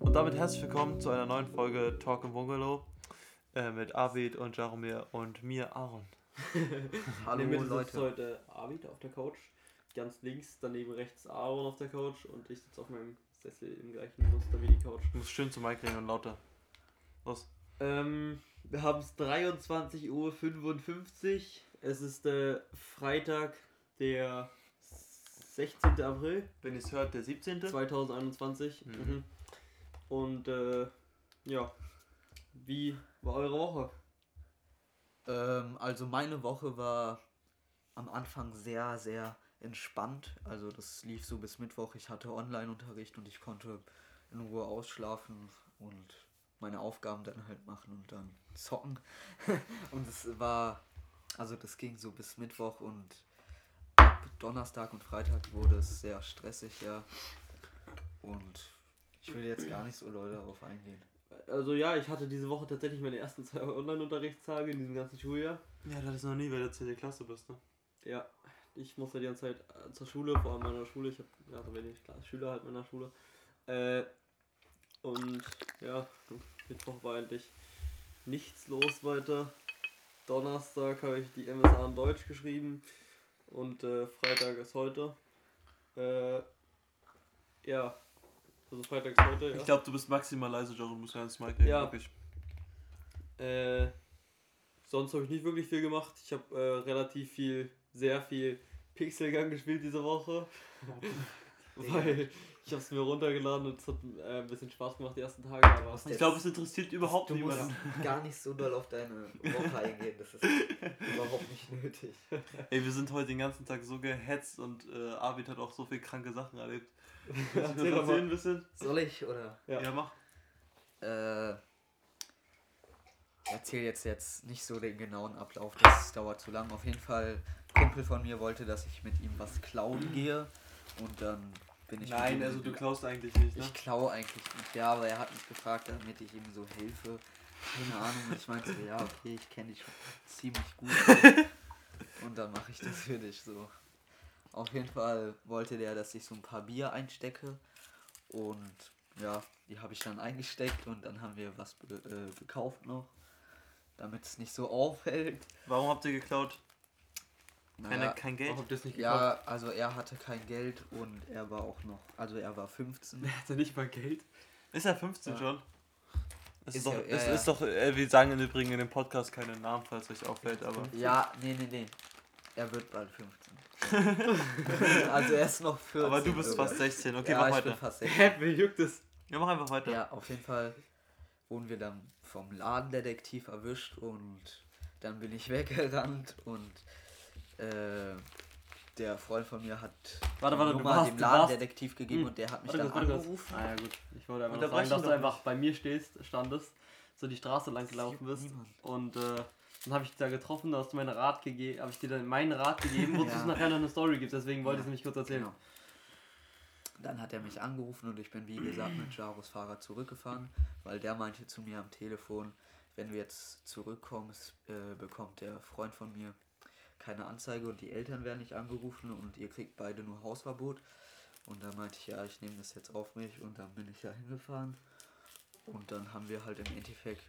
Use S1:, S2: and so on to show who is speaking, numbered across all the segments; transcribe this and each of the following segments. S1: Und damit herzlich willkommen zu einer neuen Folge Talk im Bungalow äh, mit Abid und Jaromir und mir Aaron.
S2: Hallo
S3: Neben mir sitzt
S2: Leute.
S3: heute Arvid auf der Couch, ganz links, daneben rechts Aaron auf der Couch und ich sitze auf meinem Sessel im gleichen Muster wie die Couch.
S1: Du musst schön zum Mike reden und lauter. Los.
S3: Ähm, wir haben es 23.55 Uhr. Es ist äh, Freitag, der 16. April
S1: Wenn ihr es hört, der 17.
S3: 2021.
S1: Mhm.
S3: Mhm. Und äh, ja, wie war eure Woche?
S2: Ähm, also meine Woche war am Anfang sehr, sehr entspannt. Also das lief so bis Mittwoch. Ich hatte Online-Unterricht und ich konnte in Ruhe ausschlafen und meine Aufgaben dann halt machen und dann zocken. und es war, also das ging so bis Mittwoch und ab Donnerstag und Freitag wurde es sehr stressig, ja. Und ich will jetzt gar nicht so doll darauf eingehen.
S3: Also ja, ich hatte diese Woche tatsächlich meine ersten zwei Online-Unterrichtstage in diesem ganzen Schuljahr.
S1: Ja, das ist noch nie, weil du 10. Klasse bist, ne?
S3: Ja, ich muss ja die ganze Zeit äh, zur Schule, vor allem meiner Schule. Ich habe ja so wenig Kla- Schüler halt meiner Schule. Äh, und ja, Mittwoch war eigentlich nichts los weiter. Donnerstag habe ich die MSA in Deutsch geschrieben und äh, Freitag ist heute. Äh, ja, also Freitag ist heute, ja.
S1: Ich glaube, du bist maximal leise, Jaromir, du musst ja ins Mike reden.
S3: Ja.
S1: Wirklich.
S3: Äh, sonst habe ich nicht wirklich viel gemacht. Ich habe äh, relativ viel, sehr viel Pixelgun gespielt diese Woche. Weil ich habe es mir runtergeladen und es hat äh, ein bisschen Spaß gemacht die ersten Tage. Aber
S1: Ich glaube, es interessiert überhaupt
S2: Du musst
S1: niemanden.
S2: gar nicht so doll auf deine Woche eingehen, das ist überhaupt nicht nötig.
S1: Ey, wir sind heute den ganzen Tag so gehetzt und äh, Arvid hat auch so viel kranke Sachen erlebt. Willst du
S3: Erzähl
S1: das
S3: doch mal.
S1: erzählen ein bisschen?
S2: Soll ich oder?
S3: Ja.
S1: Ja, mach.
S2: Äh, erzähl jetzt jetzt nicht so den genauen Ablauf, das dauert zu lang. Auf jeden Fall, ein Kumpel von mir wollte, dass ich mit ihm was klauen gehe und dann bin ich. mit
S1: Nein,
S2: ihm-
S1: also du klaust eigentlich nicht, ne?
S2: Ich klaue eigentlich nicht, ja, aber er hat mich gefragt, damit ich ihm so helfe. Keine Ahnung, und ich meinte so, ja, okay, ich kenne dich schon ziemlich gut. und dann mache ich das für dich so. Auf jeden Fall wollte der, dass ich so ein paar Bier einstecke. Und ja, die habe ich dann eingesteckt und dann haben wir was be äh, gekauft noch, damit es nicht so auffällt.
S1: Warum habt ihr geklaut? Keine,
S2: Naja,
S1: kein Geld?
S3: Warum habt ihr es nicht gekauft?
S2: ja, also er hatte kein Geld und er war auch noch, also er war 15.
S3: Ja. Hat er nicht mal Geld?
S1: Ist er 15
S2: Ja.
S1: schon? Es
S2: Ist
S1: ist, doch,
S2: er- ja,
S1: es
S2: ja.
S1: ist doch, äh, wir sagen im Übrigen in dem Podcast keinen Namen, falls euch auffällt, aber.
S2: Ja, nee, nee, nee. Er wird bald 15. also er ist noch 14.
S1: Aber du bist
S2: sogar.
S1: fast 16, okay,
S2: ja,
S1: mach
S2: ich
S1: weiter.
S2: Bin fast 16.
S3: Hä, wer juckt es?
S1: Ja, mach einfach weiter.
S2: Ja, auf jeden Fall wurden wir dann vom Ladendetektiv erwischt und dann bin ich weggerannt und äh, der Freund von mir hat
S3: Warte,
S2: die
S3: warte, du
S2: Nummer
S3: warst-
S2: dem
S3: du warst-
S2: Ladendetektiv gegeben
S3: Hm.
S2: und der hat mich
S3: Warte
S2: dann
S3: kurz, warte kurz.
S2: angerufen.
S3: Ah ja gut, ich wollte einfach nur
S1: Unterbrech
S3: sagen, dass
S1: ihn
S3: du
S1: doch
S3: einfach bei mir stehst, standest, so die Straße lang gelaufen
S2: juckt
S3: bist
S2: niemand.
S3: und äh, dann habe ich dich da getroffen, da hast du meinen Rat gegeben, habe ich dir dann meinen Rat gegeben, wozu
S2: Ja.
S3: es nachher noch eine Story gibt, deswegen wollte ich es
S2: Ja,
S3: nämlich kurz erzählen.
S2: Genau. Dann hat er mich angerufen und ich bin wie gesagt mit Jaros Fahrer zurückgefahren, weil der meinte zu mir am Telefon, wenn du jetzt zurückkommst, äh, bekommt der Freund von mir keine Anzeige und die Eltern werden nicht angerufen und ihr kriegt beide nur Hausverbot. Und dann meinte ich, ja, ich nehme das jetzt auf mich und dann bin ich ja hingefahren. Und dann haben wir halt im Endeffekt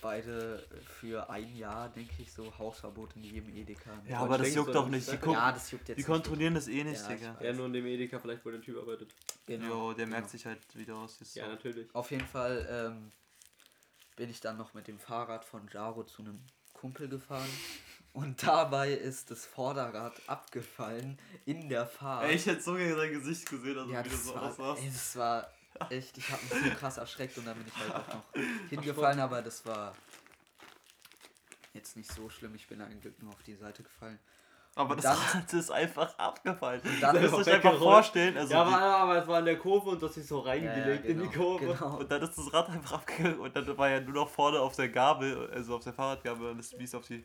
S2: beide für ein Jahr, denke ich, so Hausverbot in jedem Edeka. in
S1: Ja, aber das
S3: denkst
S1: juckt
S3: du
S1: doch
S3: an
S1: nicht. Die,
S3: Sachen?
S1: gucken,
S2: ja, das juckt jetzt
S1: die
S2: nicht wirklich.
S1: kontrollieren das eh nicht,
S2: Ja, ich
S1: Digga.
S2: weiß.
S3: Ja, nur in dem Edeka vielleicht, wo der Typ arbeitet.
S1: Jo, der
S2: genau.
S1: merkt sich halt wieder aus. jetzt
S3: Ja,
S1: so.
S3: natürlich.
S2: Auf jeden Fall ähm, bin ich dann noch mit dem Fahrrad von Jaro zu einem Kumpel gefahren. Und dabei ist das Vorderrad abgefallen in der Fahrt.
S1: Ey, ich hätte so gerne sein Gesicht gesehen, also
S2: ja,
S1: wie du
S2: das
S1: so
S2: war,
S1: aussahst.
S2: ey, das war echt, ich habe mich so krass erschreckt und dann bin ich halt auch noch hingefallen, aber das war jetzt nicht so schlimm. Ich bin eigentlich nur auf die Seite gefallen.
S1: Aber
S2: Und
S1: das
S2: dann-
S1: Rad ist einfach abgefallen.
S2: Und
S1: Dann
S2: dann-
S1: müsst ihr euch einfach
S3: weggerollt.
S1: vorstellen. Also
S3: ja,
S1: die-
S3: aber, aber es war in der Kurve und das ist so
S2: Ja, ja,
S3: reingelegt in die
S2: genau,
S3: Kurve.
S2: Genau.
S1: Und dann ist das Rad einfach abgegangen und dann war ja nur noch vorne auf der Gabel, also auf der Fahrradgabel, und ist mies auf, die,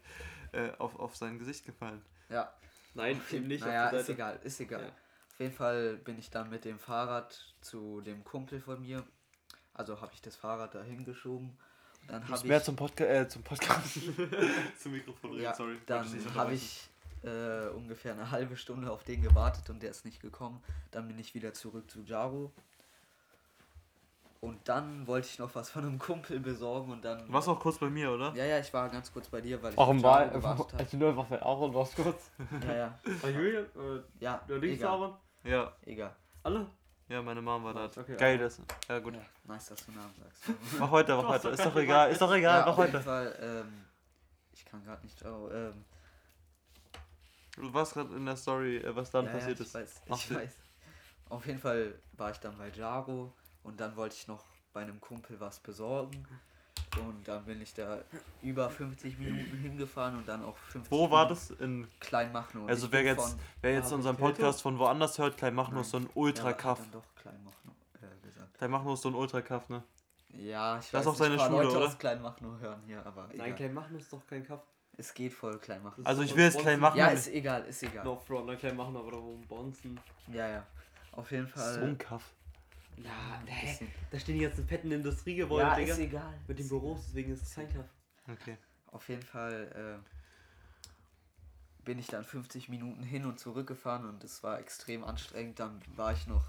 S1: äh, auf, auf sein Gesicht gefallen.
S2: Ja.
S3: Nein, eben nicht.
S2: Naja,
S3: auf der
S2: ist
S3: Seite.
S2: egal, ist egal.
S3: Ja.
S2: Auf jeden Fall bin ich dann mit dem Fahrrad zu dem Kumpel von mir. Also habe ich das Fahrrad da hingeschoben. Und Dann habe ich,
S1: Podcast, äh, zum Podcast. zum Mikrofon reden,
S2: ja,
S1: sorry. Wollte dich
S2: dann
S1: nicht
S2: habe ich äh, ungefähr eine halbe Stunde auf den gewartet und der ist nicht gekommen. Dann bin ich wieder zurück zu Jaro. Und dann wollte ich noch was von einem Kumpel besorgen und dann.
S1: unterbrechen. Warst du auch kurz bei mir, oder?
S2: Ja, ja, ich war ganz kurz bei dir, weil ich
S4: Auch
S2: auf
S4: im
S2: Jaro
S4: Wahl,
S2: gewartet
S3: halt.
S2: habe.
S4: also nur einfach bei Aaron war es kurz.
S2: Ja, ja,
S3: War Julian, äh,
S2: ja.
S3: der
S2: egal,
S3: Linkshaber,
S1: Ja,
S2: egal.
S3: alle?
S1: ja, meine Mom war da.
S3: Okay,
S1: Geil, das. Ja, gut.
S2: Ja, nice, dass du Namen sagst.
S1: Mach weiter,
S3: Du
S1: mach
S3: hast
S1: weiter.
S3: doch
S1: Ist doch
S3: gerade
S1: egal,
S3: gesagt.
S1: ist doch egal, mach
S2: auf jeden
S1: weiter.
S2: Fall, ähm, ich kann gerade nicht. Oh, ähm,
S1: Du warst gerade in der Story, äh, was dann
S2: ja,
S1: passiert
S2: ja, ich
S1: ist.
S2: Weiß,
S1: Mach
S2: ich
S1: dir-
S2: weiß. Auf jeden Fall war ich dann bei Jaro und dann wollte ich noch bei einem Kumpel was besorgen. Und dann bin ich da über 50 Minuten hingefahren und dann auch 50
S1: Wo war das? In,
S2: Kleinmachnow.
S1: also wer jetzt, wer jetzt
S3: Ah,
S1: unseren
S3: Teltow?
S1: Podcast von woanders hört, Kleinmachnow ist so ein Ultra-Kaff.
S2: Ja, doch Kleinmachnow äh, gesagt.
S1: Kleinmachnow ist so ein Ultra-Kaff, ne?
S2: Ja, ich
S1: Das ist
S2: weiß
S1: auch seine
S2: ein paar
S1: Schule,
S2: Leute
S1: oder?
S2: aus Kleinmachnow hören hier, aber egal.
S3: Nein, klein machen ist doch kein Kaff.
S2: es geht voll Kleinmachnow.
S3: Das
S1: Also
S3: ist
S1: ich will jetzt
S3: doch
S1: klein machen.
S3: Bonzen.
S2: Ja, ist egal, ist egal.
S3: No front, dann klein machen, aber doch um Bonzen.
S2: Ja, ja. Auf jeden Fall.
S1: So ein Kaff.
S3: Ja,
S2: ein
S3: nee.
S2: bisschen.
S3: Ah, Da stehen die ganzen fetten Industriegebäude,
S2: Ja,
S3: Digga.
S2: ist egal.
S3: Mit den
S2: Ist
S3: Büros, deswegen ist es kein Kaff.
S1: Okay.
S2: Auf jeden Fall äh, bin ich dann 50 Minuten hin und zurück gefahren und es war extrem anstrengend. Dann war ich noch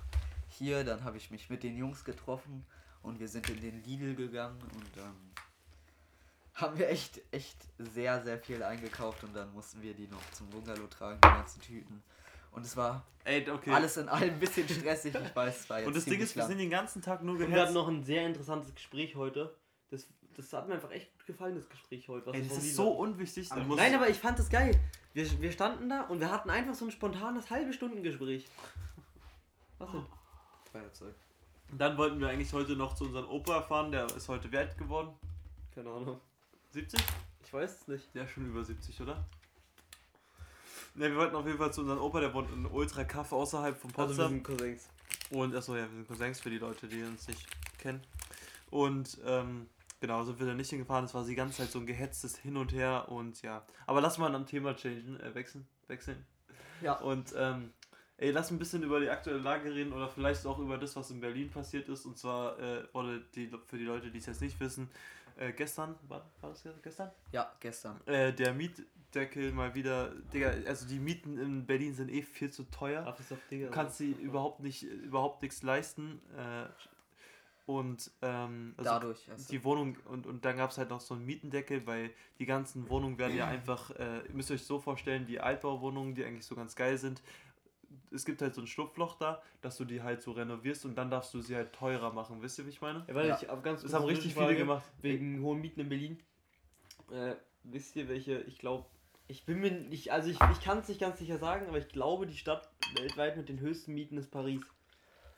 S2: hier, dann habe ich mich mit den Jungs getroffen und wir sind in den Lidl gegangen und ähm, haben wir echt, echt sehr, sehr viel eingekauft und dann mussten wir die noch zum Bungalow tragen, die ganzen Tüten. Und es war
S1: Ey, okay.
S2: alles in allem ein bisschen stressig, ich weiß, es war jetzt
S1: Und das Ding
S2: ziemlich
S1: ist, wir
S2: lang.
S1: sind den ganzen Tag nur
S3: Und wir
S1: gehetzt.
S3: hatten noch ein sehr interessantes Gespräch heute. Das, das hat mir einfach echt gut gefallen, das Gespräch heute. was
S1: Ey,
S3: wir
S1: das
S3: von
S1: ist
S3: Lidl
S1: so unwichtig.
S3: Aber
S1: dann muss-
S3: Nein, aber ich fand das geil. Wir, wir standen da und wir hatten einfach so ein spontanes halbe Stunden Gespräch. Was denn?
S2: Feuerzeug.
S1: Dann wollten wir eigentlich heute noch zu unserem Opa fahren, der ist heute wert geworden.
S3: Keine Ahnung.
S1: 70?
S3: Ich weiß es nicht.
S1: Ja, schon über 70, oder? Ne, wir wollten auf jeden Fall zu unserem Opa, der wohnt in Ultra Kaff außerhalb von
S3: Also wir
S1: Potsdam.
S3: sind Cousins.
S1: Und achso, ja, wir sind Cousins für die Leute, die uns nicht kennen. Und ähm, genau, sind wir da nicht hingefahren. Es war die ganze Zeit so ein gehetztes Hin und Her und ja. Aber lass mal am Thema changen, äh, wechseln, wechseln.
S3: Ja.
S1: Und ähm, ey, lass ein bisschen über die aktuelle Lage reden oder vielleicht auch über das, was in Berlin passiert ist. Und zwar äh, wurde die, für die Leute, die es jetzt nicht wissen, äh, gestern, war, war das gestern?
S2: Ja, gestern.
S1: Äh, der Mietdeckel mal wieder, Digga, also die Mieten in Berlin sind eh viel zu teuer.
S3: Ach, ist auf Digga.
S1: Du kannst sie überhaupt nicht, überhaupt nichts leisten. Äh, und ähm, also
S2: Dadurch. Also,
S1: die Wohnung und, und dann gab es halt noch so einen Mietendeckel, weil die ganzen Wohnungen werden ja einfach, äh, ihr müsst euch so vorstellen, die Altbauwohnungen, die eigentlich so ganz geil sind, es gibt halt so ein Schlupfloch da, dass du die halt so renovierst und dann darfst du sie halt teurer machen. Wisst ihr, wie ich meine?
S3: Ja, weil
S2: Ja.
S3: ich auf ganz
S1: Das
S3: kurz
S1: haben
S3: eine
S1: richtig
S3: Frage,
S1: viele gemacht.
S3: Wegen hohen Mieten in Berlin. Äh, wisst ihr, welche, ich glaube, ich bin mir nicht, also ich, ich kann es nicht ganz sicher sagen, aber ich glaube, die Stadt weltweit mit den höchsten Mieten ist Paris.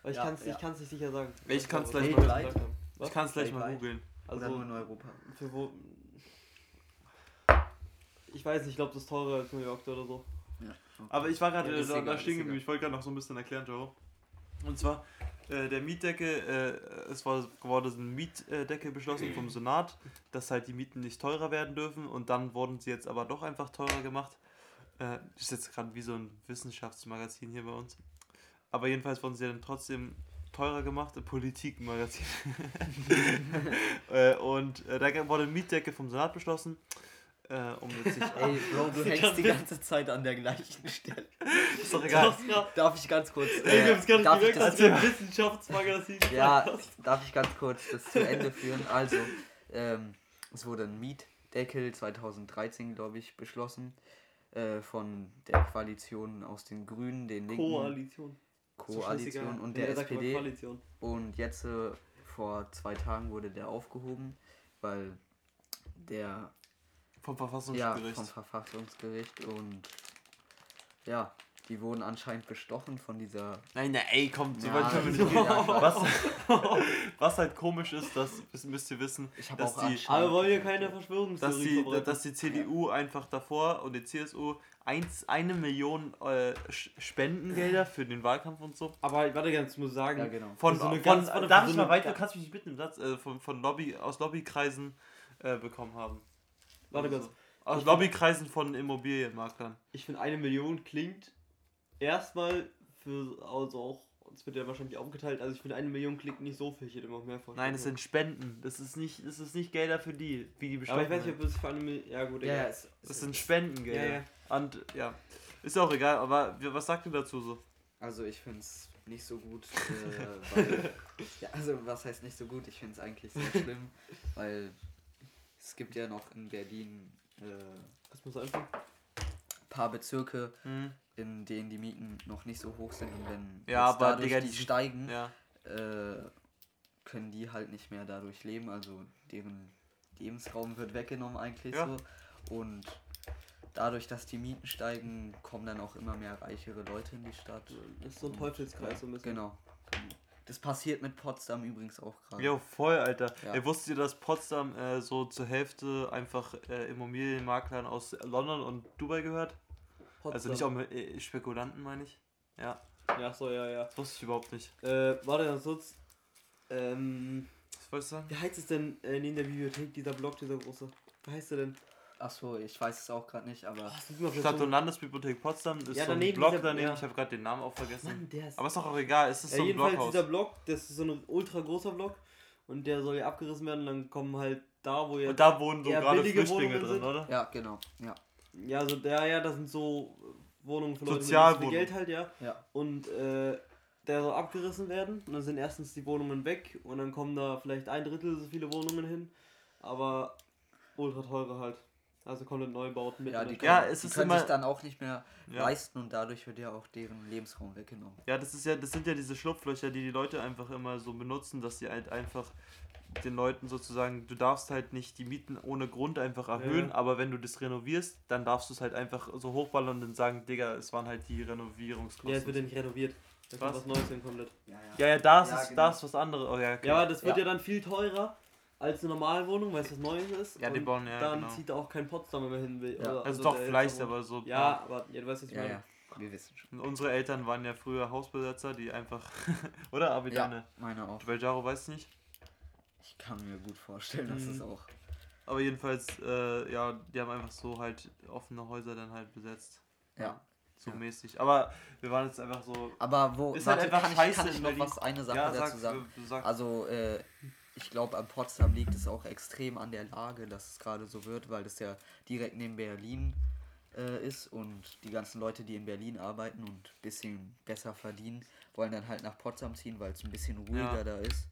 S3: Aber ich
S2: Ja,
S3: kann es
S2: ja.
S3: ich kann's nicht sicher sagen.
S1: Ich kann's gleich
S3: mal
S2: mal-
S1: Ich kann es gleich mal
S2: Weltweit?
S1: googeln.
S2: oder nur
S3: Also,
S2: in Europa.
S3: für wo. Ich weiß nicht, ich glaube, das ist teurer als New York oder so.
S2: Ja.
S1: Aber ich war
S2: Ja,
S1: gerade äh,
S2: das ist
S1: da,
S2: egal,
S1: da
S2: das ist
S1: stehen geblieben.
S2: egal.
S1: Ich wollte gerade noch so ein bisschen erklären, Joe. Und zwar, äh, der Mietdeckel, äh, es war, wurde ein Mietdeckel beschlossen vom Senat, dass halt die Mieten nicht teurer werden dürfen und dann wurden sie jetzt aber doch einfach teurer gemacht. Äh, ist jetzt gerade wie so ein Wissenschaftsmagazin hier bei uns. Aber jedenfalls wurden sie dann trotzdem teurer gemacht, äh, Politikmagazin. äh, und äh, da wurde ein Mietdeckel vom Senat beschlossen, äh, um jetzt nicht...
S2: Ey, Bro, du hängst die ganze Zeit an der gleichen Stelle.
S1: ist doch egal.
S3: Das ist grad-
S2: Darf ich ganz kurz.
S3: Ey, wir
S2: Äh,
S3: haben's gar nicht
S2: darf ich
S3: gemerkt, dass
S2: das,
S3: du ein Wissenschaftsmagazin
S2: ja,
S3: hast.
S2: darf ich ganz kurz das zu Ende führen? Also, ähm, es wurde ein Mietdeckel 2013, glaube ich, beschlossen. Äh, von der Koalition aus den Grünen, den Linken,
S3: Koalition.
S2: Koalition und der
S3: Ja, sag mal
S2: SPD.
S3: Koalition.
S2: Und jetzt äh, vor zwei Tagen wurde der aufgehoben, weil der
S1: Vom
S2: ja,
S1: Verfassungsgericht.
S2: vom Verfassungsgericht und ja, Die wurden anscheinend bestochen von dieser.
S1: Nein, nein, ey, kommt, so
S2: Ja,
S1: weit können wir nicht
S2: das ist
S1: gehen.
S2: ja klar.
S1: Was, was halt komisch ist, das das müsst ihr wissen,
S2: Ich habe
S1: dass
S2: auch
S1: die,
S2: Angst.
S3: Aber wollen wir keine Verschwörungstheorie
S1: dass die,
S3: verbreiten?
S1: dass die CDU einfach davor und die CSU eins, eine Million äh, Sch- Spendengelder für den Wahlkampf und so
S3: aber halt, warte ganz, ich muss sagen,
S2: Ja, genau.
S1: von,
S3: So eine
S1: von,
S3: ganz- warte,
S1: darf
S3: so
S1: ich
S3: eine
S1: mal weiter,
S3: ga-
S1: kannst mich nicht bitten im Satz, äh, von, von Lobby, aus Lobbykreisen äh, bekommen haben.
S3: warte ganz.
S1: Also, Aus
S3: Ich-
S1: Lobbykreisen von Immobilienmaklern.
S3: ich finde, eine Million klingt erstmal für, also auch, es wird ja wahrscheinlich aufgeteilt, also ich finde, eine Million klingt nicht so viel, ich hätte immer mehr vorstellen
S1: Nein, es
S3: können.
S1: sind Spenden. Das ist nicht, das ist nicht Gelder für die, wie die
S3: Aber ich
S1: bestochen
S3: weiß nicht,
S1: werden.
S3: ob es für eine Million, ja gut,
S2: Ja, ja,
S3: egal.
S2: es, es
S1: Das sind
S2: ist-
S1: Spendengelder.
S3: Ja, ja.
S1: Und Äh, ja, ist ja auch egal, aber wir- was sagt ihr dazu so?
S2: Also ich finde es nicht so gut, äh, weil, ja, also was heißt nicht so gut? Ich finde es eigentlich sehr schlimm, weil es gibt ja noch in Berlin ein
S3: Das muss einfach.
S2: paar Bezirke,
S1: Hm?
S2: in denen die Mieten noch nicht so hoch sind und wenn
S1: Ja,
S2: jetzt
S1: aber,
S2: dadurch
S1: Digga,
S2: die
S1: die sind-
S3: Hm?
S2: steigen,
S1: Ja.
S2: äh, können die halt nicht mehr dadurch leben, also deren Lebensraum wird weggenommen eigentlich
S1: Ja.
S2: so und dadurch, dass die Mieten steigen, kommen dann auch immer mehr reichere Leute in die Stadt.
S3: Das
S1: Mhm.
S3: ist so ein Teufelskreis so ein bisschen.
S2: Genau. Das passiert mit Potsdam übrigens auch gerade.
S1: Jo, voll, Alter.
S2: Ja.
S1: Ey, wusstet ihr, dass Potsdam äh, so zur Hälfte einfach äh, Immobilienmaklern aus London und Dubai gehört?
S3: Potsdam.
S1: Also nicht auch mit äh, Spekulanten, meine ich. Ja,
S3: Ja, so, ja, ja.
S1: das wusste ich überhaupt nicht.
S3: Äh, warte ganz kurz. Ähm,
S1: Was wolltest du sagen?
S3: wie heißt es denn äh, neben der Bibliothek, dieser Block, dieser große? Wie heißt der denn? Oh,
S2: Achso, ich weiß es auch gerade nicht, aber
S3: das sieht man auf der
S1: Stadt- und
S3: Zunge.
S1: Landesbibliothek Potsdam ist
S3: Ja,
S1: so ein
S3: daneben
S1: Block
S3: dieser-
S1: daneben.
S3: ja.
S1: Ich habe gerade den Namen auch vergessen.
S3: Mann, der ist
S1: Aber ist doch auch egal, es ist
S3: Ja,
S1: so ein
S3: jedenfalls
S1: Blockhaus.
S3: dieser Block, das ist so ein ultra großer Block und der soll ja abgerissen werden und dann kommen halt da, wo ja.
S1: Und da wohnen so
S3: eher
S1: gerade
S3: billige
S1: Flüchtlinge
S3: Wohnungen
S1: drin,
S3: sind.
S1: oder?
S2: ja, genau. Ja,
S3: ja, also der, ja, das sind so äh, Wohnungen für Leute
S1: Sozialwohnungen.
S3: mit nicht so viel Geld halt, ja.
S2: ja.
S3: Und äh, der soll abgerissen werden und dann sind erstens die Wohnungen weg und dann kommen da vielleicht ein Drittel so viele Wohnungen hin, aber ultra teure halt. Also komplett Neubauten mit.
S2: Ja,
S3: einer-
S2: die können,
S1: Ja, es
S2: es die
S1: ist
S2: können
S1: immer-
S2: sich dann auch nicht mehr
S1: Ja.
S2: leisten und dadurch wird ja auch deren Lebensraum weggenommen.
S1: Ja, das ist ja, das sind ja diese Schlupflöcher, die die Leute einfach immer so benutzen, dass sie halt einfach den Leuten sozusagen, du darfst halt nicht die Mieten ohne Grund einfach erhöhen,
S3: Ja.
S1: aber wenn du das renovierst, dann darfst du es halt einfach so hochballern und dann sagen, Digga, es waren halt die
S3: ja, jetzt
S1: Renovierungskosten.
S3: wird ja nicht renoviert. Da kommt
S1: Was?
S3: was Neues hin komplett.
S2: Ja,
S1: Ja, ja, das
S2: Ja,
S1: ist
S2: genau.
S1: das ist was anderes. Oh, ja,
S3: Ja, aber das wird ja.
S2: Ja.
S3: dann viel teurer als eine normale Wohnung, weil es was Neues ist.
S1: Ja, die
S3: und
S1: bauen, ja,
S3: Dann
S1: genau.
S3: zieht da auch kein Potsdamer mehr hin. Will,
S2: Ja.
S1: also, doch
S3: der
S1: vielleicht,
S3: jetzt auch-
S1: aber so.
S3: Ja, aber ja, du weißt, was ich
S2: ja,
S3: meine.
S2: ja. Wir wissen schon.
S1: Und unsere Eltern waren ja früher Hausbesetzer, die einfach. oder? Aber
S2: Ja,
S1: deine.
S2: meine auch.
S1: Beljaro weiß nicht.
S2: Ich kann mir gut vorstellen, dass
S1: Mhm.
S2: es auch.
S1: Aber jedenfalls, äh, ja, die haben einfach so halt offene Häuser dann halt besetzt.
S2: Ja.
S1: So
S2: Ja.
S1: mäßig. Aber wir waren jetzt einfach so.
S2: Aber wo
S1: Ist halt einfach
S2: kann, ich,
S1: scheiße
S2: kann ich
S1: in
S2: noch
S1: Berlin.
S2: was eine Sache dazu sagen?
S1: du- du sagst.
S2: Also, äh, ich glaube, an Potsdam liegt es auch extrem an der Lage, dass es gerade so wird, weil das ja direkt neben Berlin äh, ist und die ganzen Leute, die in Berlin arbeiten und ein bisschen besser verdienen, wollen dann halt nach Potsdam ziehen, weil es ein bisschen ruhiger
S1: Ja.
S2: da ist.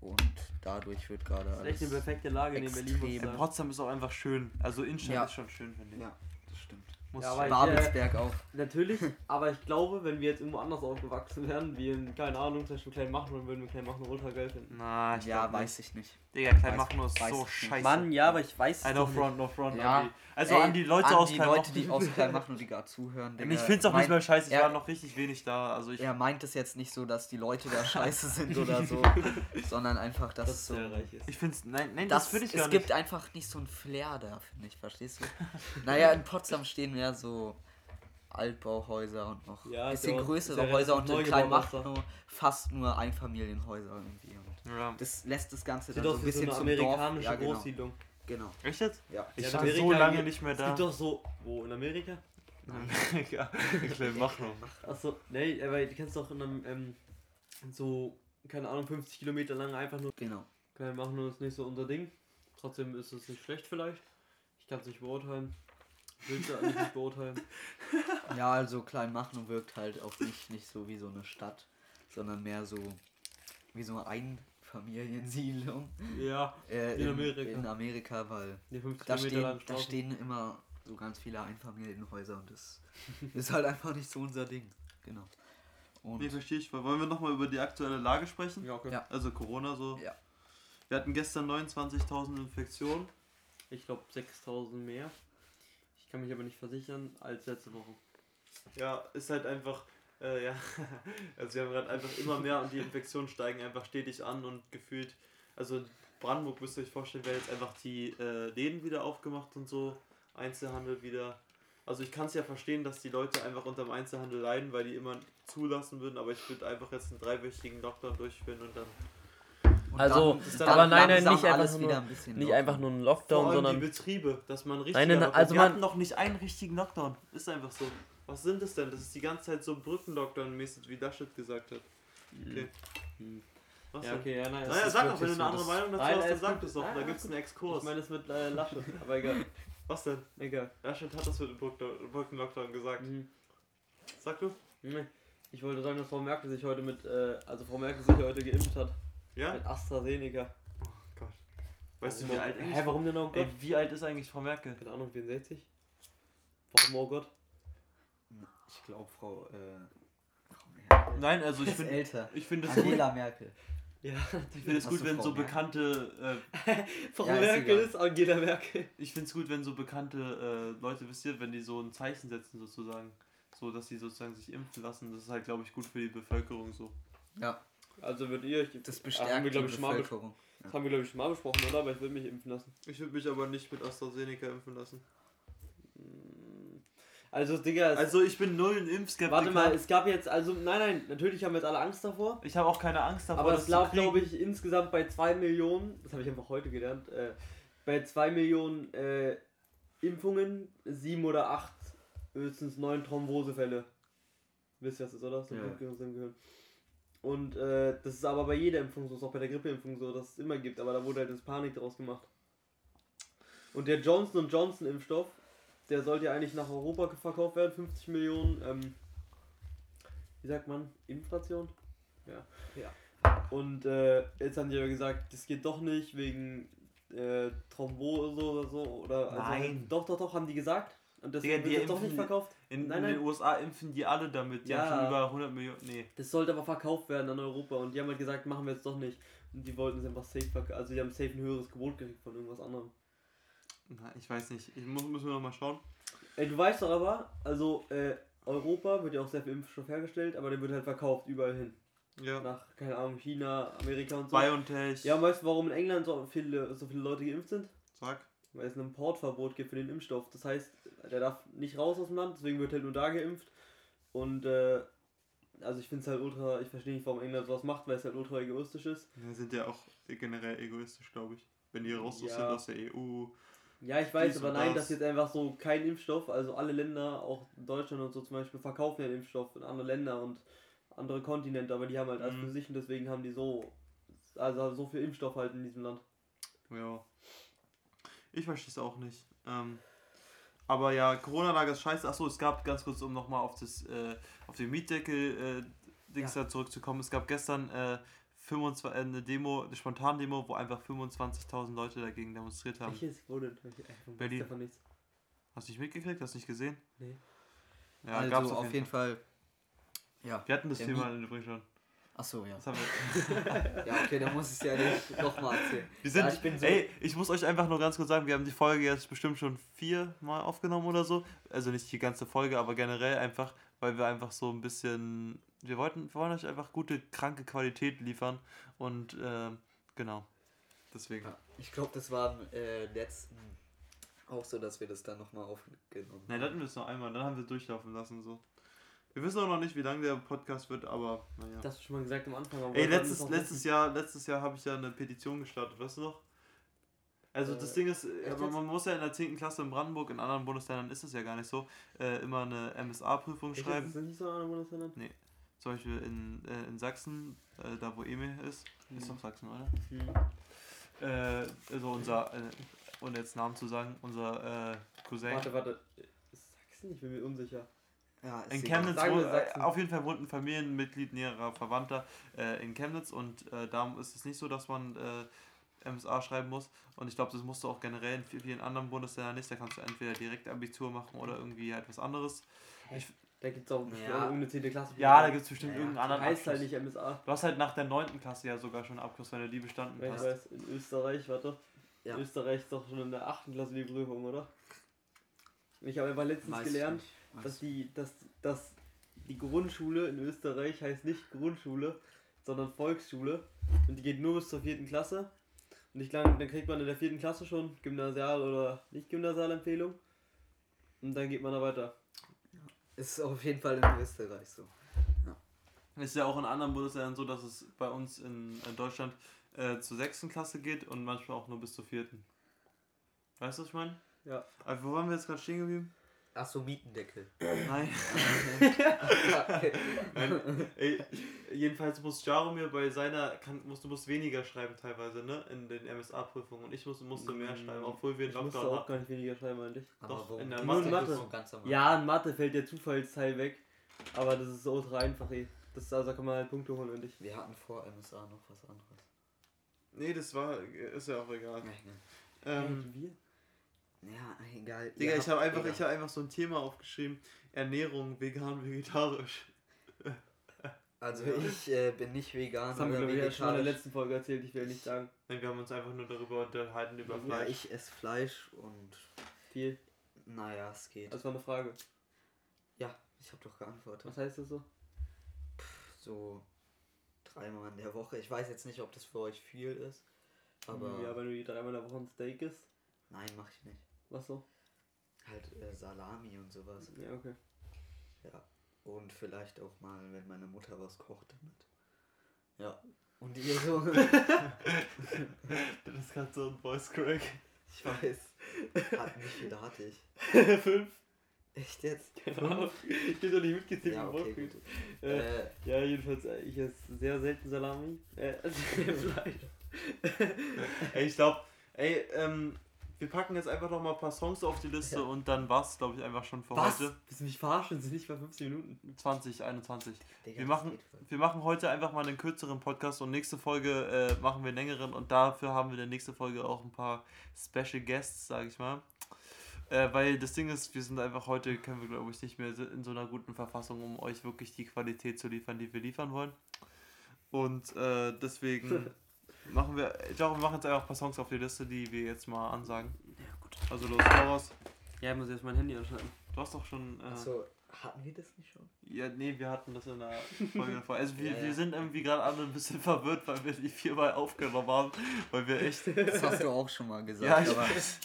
S2: Und dadurch wird gerade
S3: Das ist echt eine
S2: alles.
S3: perfekte Lage in Berlin. Muss ich
S2: extrem
S1: Ey,
S3: sagen.
S1: äh, Potsdam ist auch einfach schön. Also Innenstadt
S2: Ja.
S1: ist schon schön, finde ich.
S2: Ja, das stimmt.
S1: Muss
S3: Ja,
S1: ich
S3: aber
S1: sagen.
S2: Babelsberg auch.
S3: Natürlich, aber ich glaube, wenn wir jetzt irgendwo anders aufgewachsen wären, wie in, keine Ahnung, zum Beispiel Kleinmachnow, würden wir Kleinmachnow ultra geil finden.
S1: Na, ich
S2: Ja,
S1: glaub
S2: weiß ich nicht.
S1: nicht. Digga, klein machen ne? Halt, nur
S2: weiß
S1: so
S2: ich nicht.
S1: scheiße.
S3: Mann, ja, aber ich weiß
S1: I
S3: es
S1: no
S3: doch nicht.
S1: front, no front,
S2: Ja.
S1: Andi. Also
S2: Ey,
S1: an die Leute
S2: an
S1: aus
S2: die
S1: klein
S2: Leute, die aus Kleinmachnow, die gerade zuhören.
S1: Ich
S2: Digga.
S1: finde es auch
S2: Mein-
S1: nicht mal scheiße, ich
S2: er-
S1: war noch richtig wenig da. Also ich.
S2: Er meint es jetzt nicht so, dass die Leute da scheiße sind oder so, sondern einfach, dass
S3: Dass
S2: es so.
S3: der reich ist.
S1: Ich finde es. Nein, nein, das,
S2: Das,
S1: finde ich gar
S2: es gibt einfach nicht so ein Flair da, finde ich, verstehst du? naja, in Potsdam stehen mehr so Altbauhäuser und noch ein
S3: Ja, ist
S2: bisschen
S3: ja auch- ist ja
S2: größere
S3: relativ
S2: Häuser und
S3: neu
S2: in
S3: gebaut,
S2: Kleinmachnow fast nur Einfamilienhäuser irgendwie.
S1: nicht.
S2: Und
S1: Ja.
S2: das lässt das Ganze
S3: Sieht
S2: dann so
S3: aus
S2: ein
S3: wie so
S2: bisschen
S3: eine
S2: zum Dorf.
S3: amerikanische
S2: ja, genau,
S3: Großsiedlung.
S2: genau.
S1: Echt jetzt?
S2: Ja.
S1: Ich
S3: Ja, in
S1: war so
S3: Amerika
S1: lange
S3: gibt-
S1: nicht mehr
S3: Es
S1: da.
S3: gibt doch so. Wo? In Amerika?
S1: ja, klein machen.
S3: Achso, nee, aber du kennst doch in einem, ähm, so, keine Ahnung, 50 Kilometer lang einfach nur.
S2: Genau.
S3: Klein machen nur ist nicht so unser Ding. Trotzdem ist es nicht schlecht vielleicht. Ich kann es nicht beurteilen. Willst du eigentlich nicht beurteilen?
S2: Ja, also Kleinmachnow wirkt halt auch nicht, nicht so wie so eine Stadt, sondern mehr so wie so eine Einfamiliensiedlung.
S3: Ja,
S2: Äh,
S3: In Amerika.
S2: In Amerika, weil
S3: die 50
S2: da
S3: Kilometer
S2: stehen,
S3: langen
S2: da
S3: Straßen.
S2: stehen immer so ganz viele Einfamilienhäuser und das ist halt einfach nicht so unser Ding. Genau. Und
S1: Nee, verstehe ich. Wollen wir nochmal über die aktuelle Lage sprechen?
S3: Ja, okay.
S2: Ja.
S1: Also Corona so.
S2: Ja.
S1: Wir hatten gestern 29.000 Infektionen.
S3: Ich glaube 6000 mehr. Ich kann mich aber nicht versichern als letzte Woche.
S1: Ja, ist halt einfach, äh, ja, also wir haben gerade einfach immer mehr und die Infektionen steigen einfach stetig an und gefühlt, also in Brandenburg müsst ihr euch vorstellen, werden jetzt einfach die äh, Läden wieder aufgemacht und so, Einzelhandel wieder. Also ich kann es ja verstehen, dass die Leute einfach unter dem Einzelhandel leiden, weil die immer zulassen würden, aber ich würde einfach jetzt einen dreiwöchigen Lockdown durchführen und dann
S2: Und
S4: Also,
S2: dann ist
S4: aber nein, nein,
S2: langsam
S4: nicht einfach,
S2: alles
S4: nur,
S2: ein bisschen
S4: nicht
S2: locker.
S4: einfach nur einen
S1: Vor
S4: Lockdown,
S1: allem
S4: sondern
S1: die Betriebe, dass man richtig.
S4: Nein, nein, nein, also
S1: also wir
S4: man-
S1: hatten noch nicht einen richtigen Lockdown. Ist einfach so. Was sind es denn? Das ist die ganze Zeit so Brücken-Lockdown-mäßig, wie Laschet gesagt hat. Okay.
S3: Hm.
S1: Was
S3: Ja,
S1: denn?
S3: okay, ja, nein.
S1: Naja,
S3: das
S1: sag
S3: ist
S1: doch, wenn du
S3: wirklich
S1: eine andere
S3: so, das-
S1: Meinung dazu
S3: Nein,
S1: hast,
S3: nein,
S1: dann
S3: ist
S1: sag
S3: gut.
S1: das doch.
S3: Nein,
S1: Da
S3: nein,
S1: gibt's einen
S3: ist gut.
S1: Exkurs.
S3: Ich meine, das mit äh, Lasche, aber egal.
S1: Was denn?
S3: Egal.
S1: Laschet hat das mit dem Brücken- Brücken-Lockdown gesagt.
S3: Mhm.
S1: Sag du?
S3: Nee. Ich wollte sagen, dass Frau Merkel sich heute mit, äh, also Frau Merkel sich heute geimpft hat.
S1: Ja?
S3: Mit AstraZeneca.
S1: Gott. Weißt du,
S3: Warum-
S1: wie alt
S3: Hä,
S1: eigentlich.
S3: warum denn auch Gott?
S1: Ey, wie alt ist eigentlich Frau Merkel?
S3: Keine Ahnung, 64? Warum oh Gott?
S2: Ich glaube, Frau, äh, Frau Merkel
S1: Nein, also ich
S2: ist
S1: finde.
S2: älter.
S1: Ich finde es gut,
S2: Angela Merkel.
S3: Ja,
S1: ich find es
S2: Hast
S1: gut
S2: du
S1: wenn
S2: Frau
S1: so
S2: Merkel?
S1: bekannte. Äh,
S3: Frau
S2: Ja, ist
S3: Merkel
S2: egal.
S3: ist Angela Merkel.
S1: ich finde es gut, wenn so bekannte äh, Leute, wisst ihr, wenn die so ein Zeichen setzen, sozusagen. So, dass sie sozusagen sich impfen lassen. Das ist halt, glaube ich, gut für die Bevölkerung so.
S2: Ja,
S3: Also würdet ihr euch impfen? Ah,
S2: das bestärkt
S3: haben wir,
S2: die
S3: glaube ich, schon mal bes-
S2: Bevölkerung.
S3: Das haben wir, glaube ich, schon mal besprochen, oder? Aber ich würde mich impfen lassen.
S1: Ich würde mich aber nicht mit AstraZeneca impfen lassen.
S2: Hm.
S3: Also, Digga, es,
S1: Also, ich bin null ein Impfskeptiker.
S3: warte mal, es gab jetzt, also, nein, nein, natürlich haben jetzt alle Angst davor.
S1: ich habe auch keine Angst davor,
S3: Aber es
S1: zu
S3: lag,
S1: kriegen.
S3: glaube ich, insgesamt bei 2 Millionen, das habe ich einfach heute gelernt, äh, bei 2 Millionen äh, Impfungen, 7 oder 8, höchstens 9 Thrombosefälle. Wisst ihr, was das ist, oder? So
S2: Ja.
S3: Blutgerinnung im Gehirn. Und äh, das ist aber bei jeder Impfung so, ist auch bei der Grippeimpfung so, dass es immer gibt, aber da wurde halt das Panik draus gemacht. Und der Johnson Johnson Impfstoff, der sollte ja eigentlich nach Europa verkauft werden, 50 Millionen, ähm, wie sagt man, Inflation? Ja. Und äh, jetzt haben die aber gesagt, das geht doch nicht wegen äh, Thrombose oder so. Oder, also,
S1: Nein.
S3: Doch, doch, doch, haben die gesagt. Und
S1: Digga,
S3: deswegen
S1: die
S3: wird es doch
S1: impfen-
S3: nicht verkauft.
S1: In,
S3: Nein,
S1: in
S3: nein.
S1: den USA impfen die alle damit. Die
S3: Ja.
S1: haben schon über 100 Millionen. Nee.
S3: Das sollte aber verkauft werden an Europa. Und die haben halt gesagt, machen wir jetzt doch nicht. Und die wollten es einfach safe verkaufen. Also die haben safe ein höheres Gebot gekriegt von irgendwas anderem.
S1: Na, ich weiß nicht. Ich muss, müssen wir noch mal schauen.
S3: Ey, du weißt doch aber, also äh, Europa wird ja auch sehr viel Impfstoff hergestellt, aber der wird halt verkauft überall hin.
S1: Ja.
S3: Nach, keine Ahnung, China, Amerika und so.
S1: BioNTech.
S3: Ja, und weißt du, warum in England so viele, so viele Leute geimpft sind?
S1: Sag.
S3: Weil es ein Importverbot gibt für den Impfstoff. Das heißt, der darf nicht raus aus dem Land, deswegen wird halt nur da geimpft. Und äh, also ich finde es halt ultra, ich verstehe nicht, warum England sowas macht, weil es halt ultra egoistisch ist.
S1: Wir sind ja auch generell egoistisch, glaube ich. Wenn die raus
S3: Ja.
S1: sind aus der E EU.
S3: Ja, ich weiß,
S1: Dies
S3: aber
S1: und
S3: nein,
S1: das.
S3: dass jetzt einfach so kein Impfstoff, also alle Länder, auch Deutschland und so zum Beispiel, verkaufen den Impfstoff in andere Länder und andere Kontinente, aber die haben halt alles
S1: Mhm.
S3: für sich und deswegen haben die so, also so viel Impfstoff halt in diesem Land.
S1: Ja. Ich verstehe es auch nicht. Ähm, aber ja, Corona-Lager ist scheiße. Achso, es gab ganz kurz, um nochmal auf, das, äh, auf den Mietdeckel-Dings da zurückzukommen. Es gab gestern äh, 25, äh, eine Demo, eine Spontandemo, wo einfach 25.000 Leute dagegen demonstriert haben.
S3: Welches wurde denn? Ich- ich-
S1: Berlin.
S3: davon nichts.
S1: Hast du nicht mitgekriegt? Hast du nicht gesehen?
S3: Nee.
S1: Ja,
S2: also,
S1: gab's
S2: auf jeden Fall. Ja.
S1: Wir hatten das
S2: Der
S1: Thema übrigens schon.
S2: Achso, ja.
S1: Das haben wir
S2: Ja, okay, dann muss ich es ja nicht nochmal erzählen.
S1: Wir sind,
S2: Ja, ich bin so-
S1: ey, ich muss euch einfach nur ganz kurz sagen, wir haben die Folge jetzt bestimmt schon viermal aufgenommen oder so. Also nicht die ganze Folge, aber generell einfach, weil wir einfach so ein bisschen, wir wollten, wir wollen euch einfach gute, kranke Qualität liefern und ähm, genau, deswegen.
S2: Ja, ich glaube, das war im äh, letzten auch so, dass wir das dann nochmal aufgenommen
S1: Nein, dann müssen wir noch einmal, dann haben wir durchlaufen lassen so. Wir wissen auch noch nicht, wie lang der Podcast wird, aber naja.
S3: Das hast du schon mal gesagt am Anfang. aber
S1: Ey,
S3: dann ist
S1: letztes,
S3: auch-
S1: letztes Jahr, letztes Jahr habe ich ja eine Petition gestartet, weißt du noch? Also das
S3: Äh,
S1: Ding ist,
S3: echt
S1: aber
S3: jetzt?
S1: man muss ja in der 10. Klasse in Brandenburg, in anderen Bundesländern ist es ja gar nicht so, äh, immer eine MSA-Prüfung
S3: Echt, das
S1: schreiben.
S3: ist nicht so in anderen Bundesländern?
S1: Zum Beispiel in, äh, in Sachsen, äh, da wo Emil ist,
S3: Mhm.
S1: ist doch Sachsen, oder?
S3: Hm.
S1: Äh, also unser, äh, ohne jetzt Namen zu sagen, unser äh, Cousin.
S3: Warte, warte. Ist Sachsen? Ich bin mir unsicher.
S2: Ja, ist
S1: In
S2: egal.
S1: Chemnitz,
S3: Sagen
S1: wo,
S3: wir Sachsen.
S1: äh, auf jeden Fall wohnt ein Familienmitglied näherer Verwandter äh, in Chemnitz und äh, da ist es nicht so, dass man äh, MSA schreiben muss. Und ich glaube, das musst du auch generell in vielen anderen Bundesländern nicht. Da kannst du entweder direkt Abitur machen oder irgendwie halt was anderes.
S3: Da gibt es auch bestimmt
S2: Ja.
S3: auch irgendeine 10. Klasse.
S1: Ja, da gibt es bestimmt
S2: Ja,
S1: irgendeinen
S3: anderen
S1: anderen
S3: Heißt halt
S1: Abschluss.
S3: nicht MSA.
S1: Du hast halt nach der 9. Klasse ja sogar schon einen Abschluss, wenn du die bestanden
S3: Wenn ich
S1: hast.
S3: weiß, in Österreich, warte.
S2: Ja.
S3: Österreich ist doch schon in der 8. Klasse die Prüfung, oder? Ich habe einfach letztens
S2: Weiß ich
S3: gelernt,
S2: Weiß
S3: dass die, dass, dass die Grundschule in Österreich heißt nicht Grundschule, sondern Volksschule. Und die geht nur bis zur vierten Klasse. Und ich glaube, dann kriegt man in der vierten Klasse schon Gymnasial- oder Nicht-Gymnasialempfehlung. Und dann geht man da weiter.
S2: Ist auf jeden Fall in Österreich so.
S1: Ist ja auch in anderen Bundesländern so, dass es bei uns in, in Deutschland äh, zur sechsten Klasse geht und manchmal auch nur bis zur vierten. Weißt du, was ich meine?
S3: Ja.
S1: Aber wo waren wir jetzt gerade stehen geblieben?
S2: Achso, Mietendeckel.
S1: Nein. Ey, jedenfalls muss Jaromir bei seiner, kann, musste, muss weniger schreiben teilweise, ne? In den MSA-Prüfungen. Und ich musste, musste
S2: Mm,
S1: mehr schreiben, obwohl wir einen
S3: Ich musste
S1: Lockdown
S3: auch
S1: hatten.
S3: gar nicht weniger schreiben, eigentlich.
S1: Doch,
S2: warum?
S1: in der
S3: Mathe-
S2: Mietendeckel
S3: Mathe.
S2: so ganz am
S3: Ja, in Mathe fällt der Zufallsteil weg. Aber das ist so ultra einfach, ey. Das, also, da kann man halt Punkte holen, und ich.
S2: Wir hatten vor MSA noch was anderes.
S1: Nee, das war, ist ja auch egal. Ähm,
S3: wir?
S2: Ja, egal.
S1: Digga, ich
S2: Ihr habt-
S1: habe einfach,
S2: egal.
S1: ich hab einfach so ein Thema aufgeschrieben: Ernährung, vegan, vegetarisch.
S2: Also ich äh, bin nicht vegan
S3: Das haben Also wir,
S2: oder
S3: glaube ich, ja schon in der
S2: vegetarisch.
S3: letzten Folge erzählt, ich will nicht sagen.
S1: Nein, wir haben uns einfach nur darüber unterhalten, über
S2: ja,
S1: Fleisch.
S2: ich esse Fleisch und
S3: Viel.
S2: naja, es geht.
S1: Also-
S3: Das war eine Frage.
S2: ja, ich habe doch geantwortet.
S3: Was heißt das so?
S2: So dreimal in der Woche. Ich weiß jetzt nicht, ob das für euch viel ist, aber
S3: ja, wenn du die dreimal in der Woche ein Steak isst.
S2: nein, mache ich nicht.
S3: Was so?
S2: Halt äh, Salami und sowas.
S3: Ja, okay.
S2: Ja. Und vielleicht auch mal, wenn meine Mutter was kocht damit. Ja. Und ihr so.
S1: Das ist gerade so ein Voice Crack.
S2: ich weiß. Hat nicht viel hatte ich.
S3: Fünf.
S2: Echt jetzt?
S3: Keine Ahnung. Ich bin doch nicht mitgezählt.
S2: Ja,
S3: im
S2: okay,
S3: Wortbild.
S2: gut.
S3: Äh,
S2: Äh,
S3: ja, jedenfalls, äh, ich esse sehr selten Salami. Äh, Fleisch.
S1: Ey, ich glaube, ey, ähm, wir packen jetzt einfach noch mal ein paar Songs auf die Liste
S2: Ja.
S1: und dann war's, glaube ich, einfach schon für heute.
S3: Willst du mich verarschen? Sind nicht mal 15 Minuten.
S1: 20, 21.
S2: Digga,
S1: Wir
S2: das
S1: machen-
S2: geht voll.
S1: Wir machen heute einfach mal einen kürzeren Podcast und nächste Folge äh, machen wir einen längeren und dafür haben wir in der nächsten Folge auch ein paar Special Guests, sage ich mal. Äh, weil das Ding ist, wir sind einfach heute, können wir glaube ich nicht mehr so- in so einer guten Verfassung, um euch wirklich die Qualität zu liefern, die wir liefern wollen. Und äh, deswegen machen wir, ich glaube, wir machen jetzt einfach ein paar Songs auf die Liste, die wir jetzt mal ansagen.
S3: Ja, gut.
S1: Also los, hau raus.
S3: Ja, ich muss jetzt mein Handy anschalten.
S1: Du hast doch schon. Äh,
S2: Achso, hatten wir das nicht schon?
S1: Ja, nee, wir hatten das in der Folge davor. Also wir,
S2: Ja, ja.
S1: wir sind irgendwie gerade alle ein bisschen verwirrt, weil wir die viermal aufgenommen haben, weil wir echt...
S2: Das hast du auch schon mal
S1: Ja,
S2: gesagt.
S1: ich
S2: aber,
S1: weiß.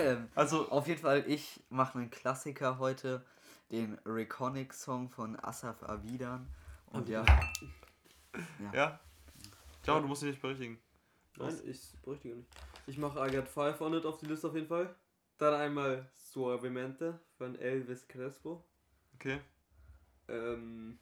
S2: ähm,
S1: Also,
S2: auf jeden Fall, ich mache einen Klassiker heute, den Reconic-Song von Asaf Avidan. Und ja,
S1: ja. Ciao, du musst dich nicht berichtigen.
S3: Nein, ich bräuchte gar nicht. Ich mache I Got Five on it auf die Liste auf jeden Fall. Dann einmal Suavemente von Elvis Crespo.
S1: Okay.
S3: Ähm,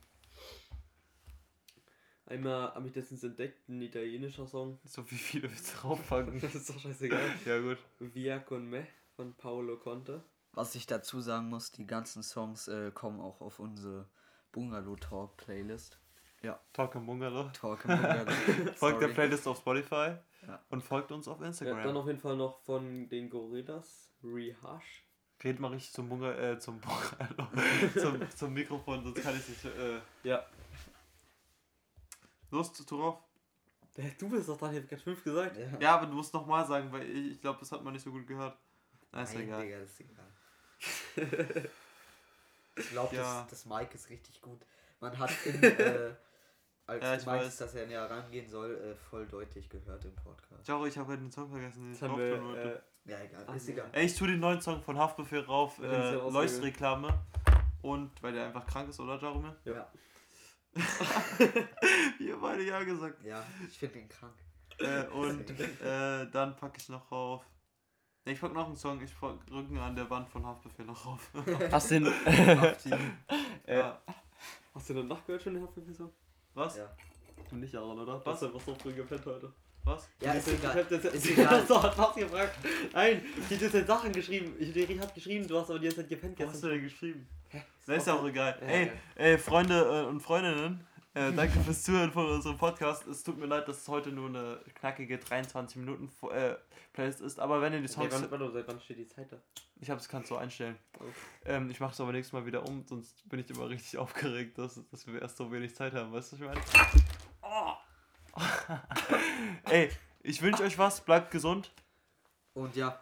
S3: einmal habe ich letztens entdeckt, ein italienischer Song.
S1: So wie viele willst du draufpacken?
S3: Das ist doch scheißegal.
S1: ja, gut.
S3: Via con me von Paolo Conte.
S2: was ich dazu sagen muss, die ganzen Songs äh, kommen auch auf unsere Bungalow Talk Playlist.
S1: Talk im Bungalow.
S2: Talk im Bungalow.
S1: Folgt der
S2: Sorry.
S1: Playlist auf Spotify
S2: Ja.
S1: und folgt uns auf Instagram.
S3: Ja, dann auf jeden Fall noch von den Gorillas, Rehash.
S1: Red mal richtig zum Bunga, äh, zum Bungalow, zum, zum Mikrofon, sonst kann ich nicht, äh...
S3: Ja.
S1: Lust drauf?
S3: Hä, Du bist doch dann, ich hab grad fünf gesagt.
S2: Ja.
S1: Ja, aber du musst nochmal sagen, weil ich, ich glaube, das hat man nicht so gut gehört. Na, ist
S2: Nein,
S1: egal.
S2: Digga, das ist egal. ich glaube,
S1: Ja.
S2: das, das Mic ist richtig gut. Man hat, in, äh, als
S1: Ja,
S2: ja,
S1: ich
S2: du meintest,
S1: weiß.
S2: dass er näher rangehen soll, äh, voll deutlich gehört im Podcast.
S1: Jaro, ich habe den Song vergessen, den
S3: Das
S1: ich
S3: haben
S1: raufgenommen
S3: wir,
S1: wollte.
S3: äh,
S2: Ja, egal.
S3: Ach,
S2: ist
S3: nee.
S2: egal.
S1: Ey, ich tue den neuen Song von Haftbefehl rauf,
S3: Den ist
S1: äh,
S3: ja rausgegangen.
S1: Leuchtreklame. Und weil der einfach krank ist, oder Jaromir?
S3: Ja.
S2: Ja.
S1: Wir beide ja gesagt.
S2: Ja, ich finde ihn krank.
S1: Äh, und äh, dann packe ich noch rauf. Nee, ich packe noch einen Song, ich pack Rücken an der Wand von Haftbefehl noch rauf.
S3: hast du den, Äh.
S2: Aktiv.
S1: ja.
S3: hast du den nachgehört schon, den Haftbefehl Song?
S1: Was?
S2: Ja.
S3: Du nicht, Aaron, oder? Was? Du hast doch drin gepennt heute.
S1: Was?
S2: ja, ist
S3: Ich hab
S2: egal.
S3: das
S2: Ist
S3: ich
S2: egal.
S3: hab doch fast gefragt. Nein, ich hab jetzt Sachen geschrieben. Ich, ich hab geschrieben, du hast aber die ganze Zeit gepennt
S1: Was hast du
S3: gestern.
S1: denn geschrieben? Na, ist ja auch egal.
S3: Ja,
S1: ey,
S3: ja.
S1: ey, Freunde äh, und Freundinnen, äh, danke fürs Zuhören von unserem Podcast. Es tut mir leid, dass es heute nur eine knackige 23 Minuten äh, Playlist ist, aber wenn ihr die
S3: Seit
S1: Songs...
S3: wann, warte, seit wann steht die Zeit da?
S1: Ich hab's, kannst du einstellen.
S3: Okay.
S1: Ähm, ich mach's aber nächstes Mal wieder um, sonst bin ich immer richtig aufgeregt, dass, dass wir erst so wenig Zeit haben. Weißt du, was ich meine?
S3: Oh.
S1: Ey, ich wünsche euch was, bleibt gesund.
S2: Und ja,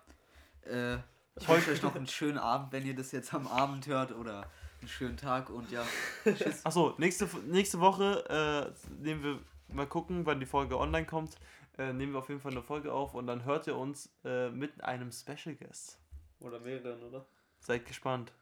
S2: äh, Ich wünsche euch noch einen schönen Abend, wenn ihr das jetzt am Abend hört oder einen schönen Tag und ja, tschüss.
S1: Achso, nächste, nächste Woche äh, nehmen wir, mal gucken, wann die Folge online kommt, äh, nehmen wir auf jeden Fall eine Folge auf und dann hört ihr uns äh, mit einem Special Guest.
S3: Oder mehreren, oder?
S1: Seid gespannt.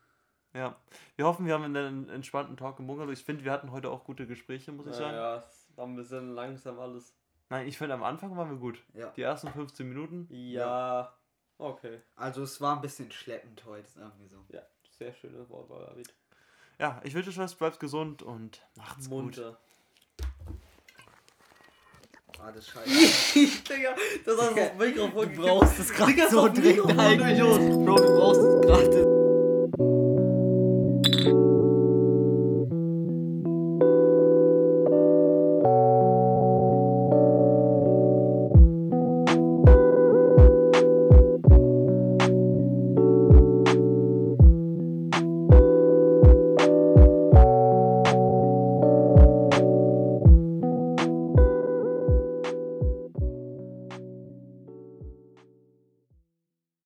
S1: Ja, wir hoffen, wir haben einen entspannten Talk im Bungalow. Ich finde, wir hatten heute auch gute Gespräche, muss ich sagen.
S3: Ja, es war ein bisschen langsam alles.
S1: Nein, ich finde, am Anfang waren wir gut.
S2: Ja.
S1: Die ersten 15 Minuten.
S3: Ja, okay.
S2: Also es war ein bisschen schleppend heute, sagen wir so.
S3: Ja, sehr schönes Wort, war David.
S1: Ja, ich wünsche euch was, bleibt gesund und macht's gut.
S3: Munter.
S2: Ah, das scheiße.
S3: Digga, das hast du das Mikrofon
S2: Du brauchst es gerade
S3: Digga,
S2: so
S3: das Mikrofon,
S2: dringend.
S3: du Idiot.
S2: Bro, du brauchst es gerade.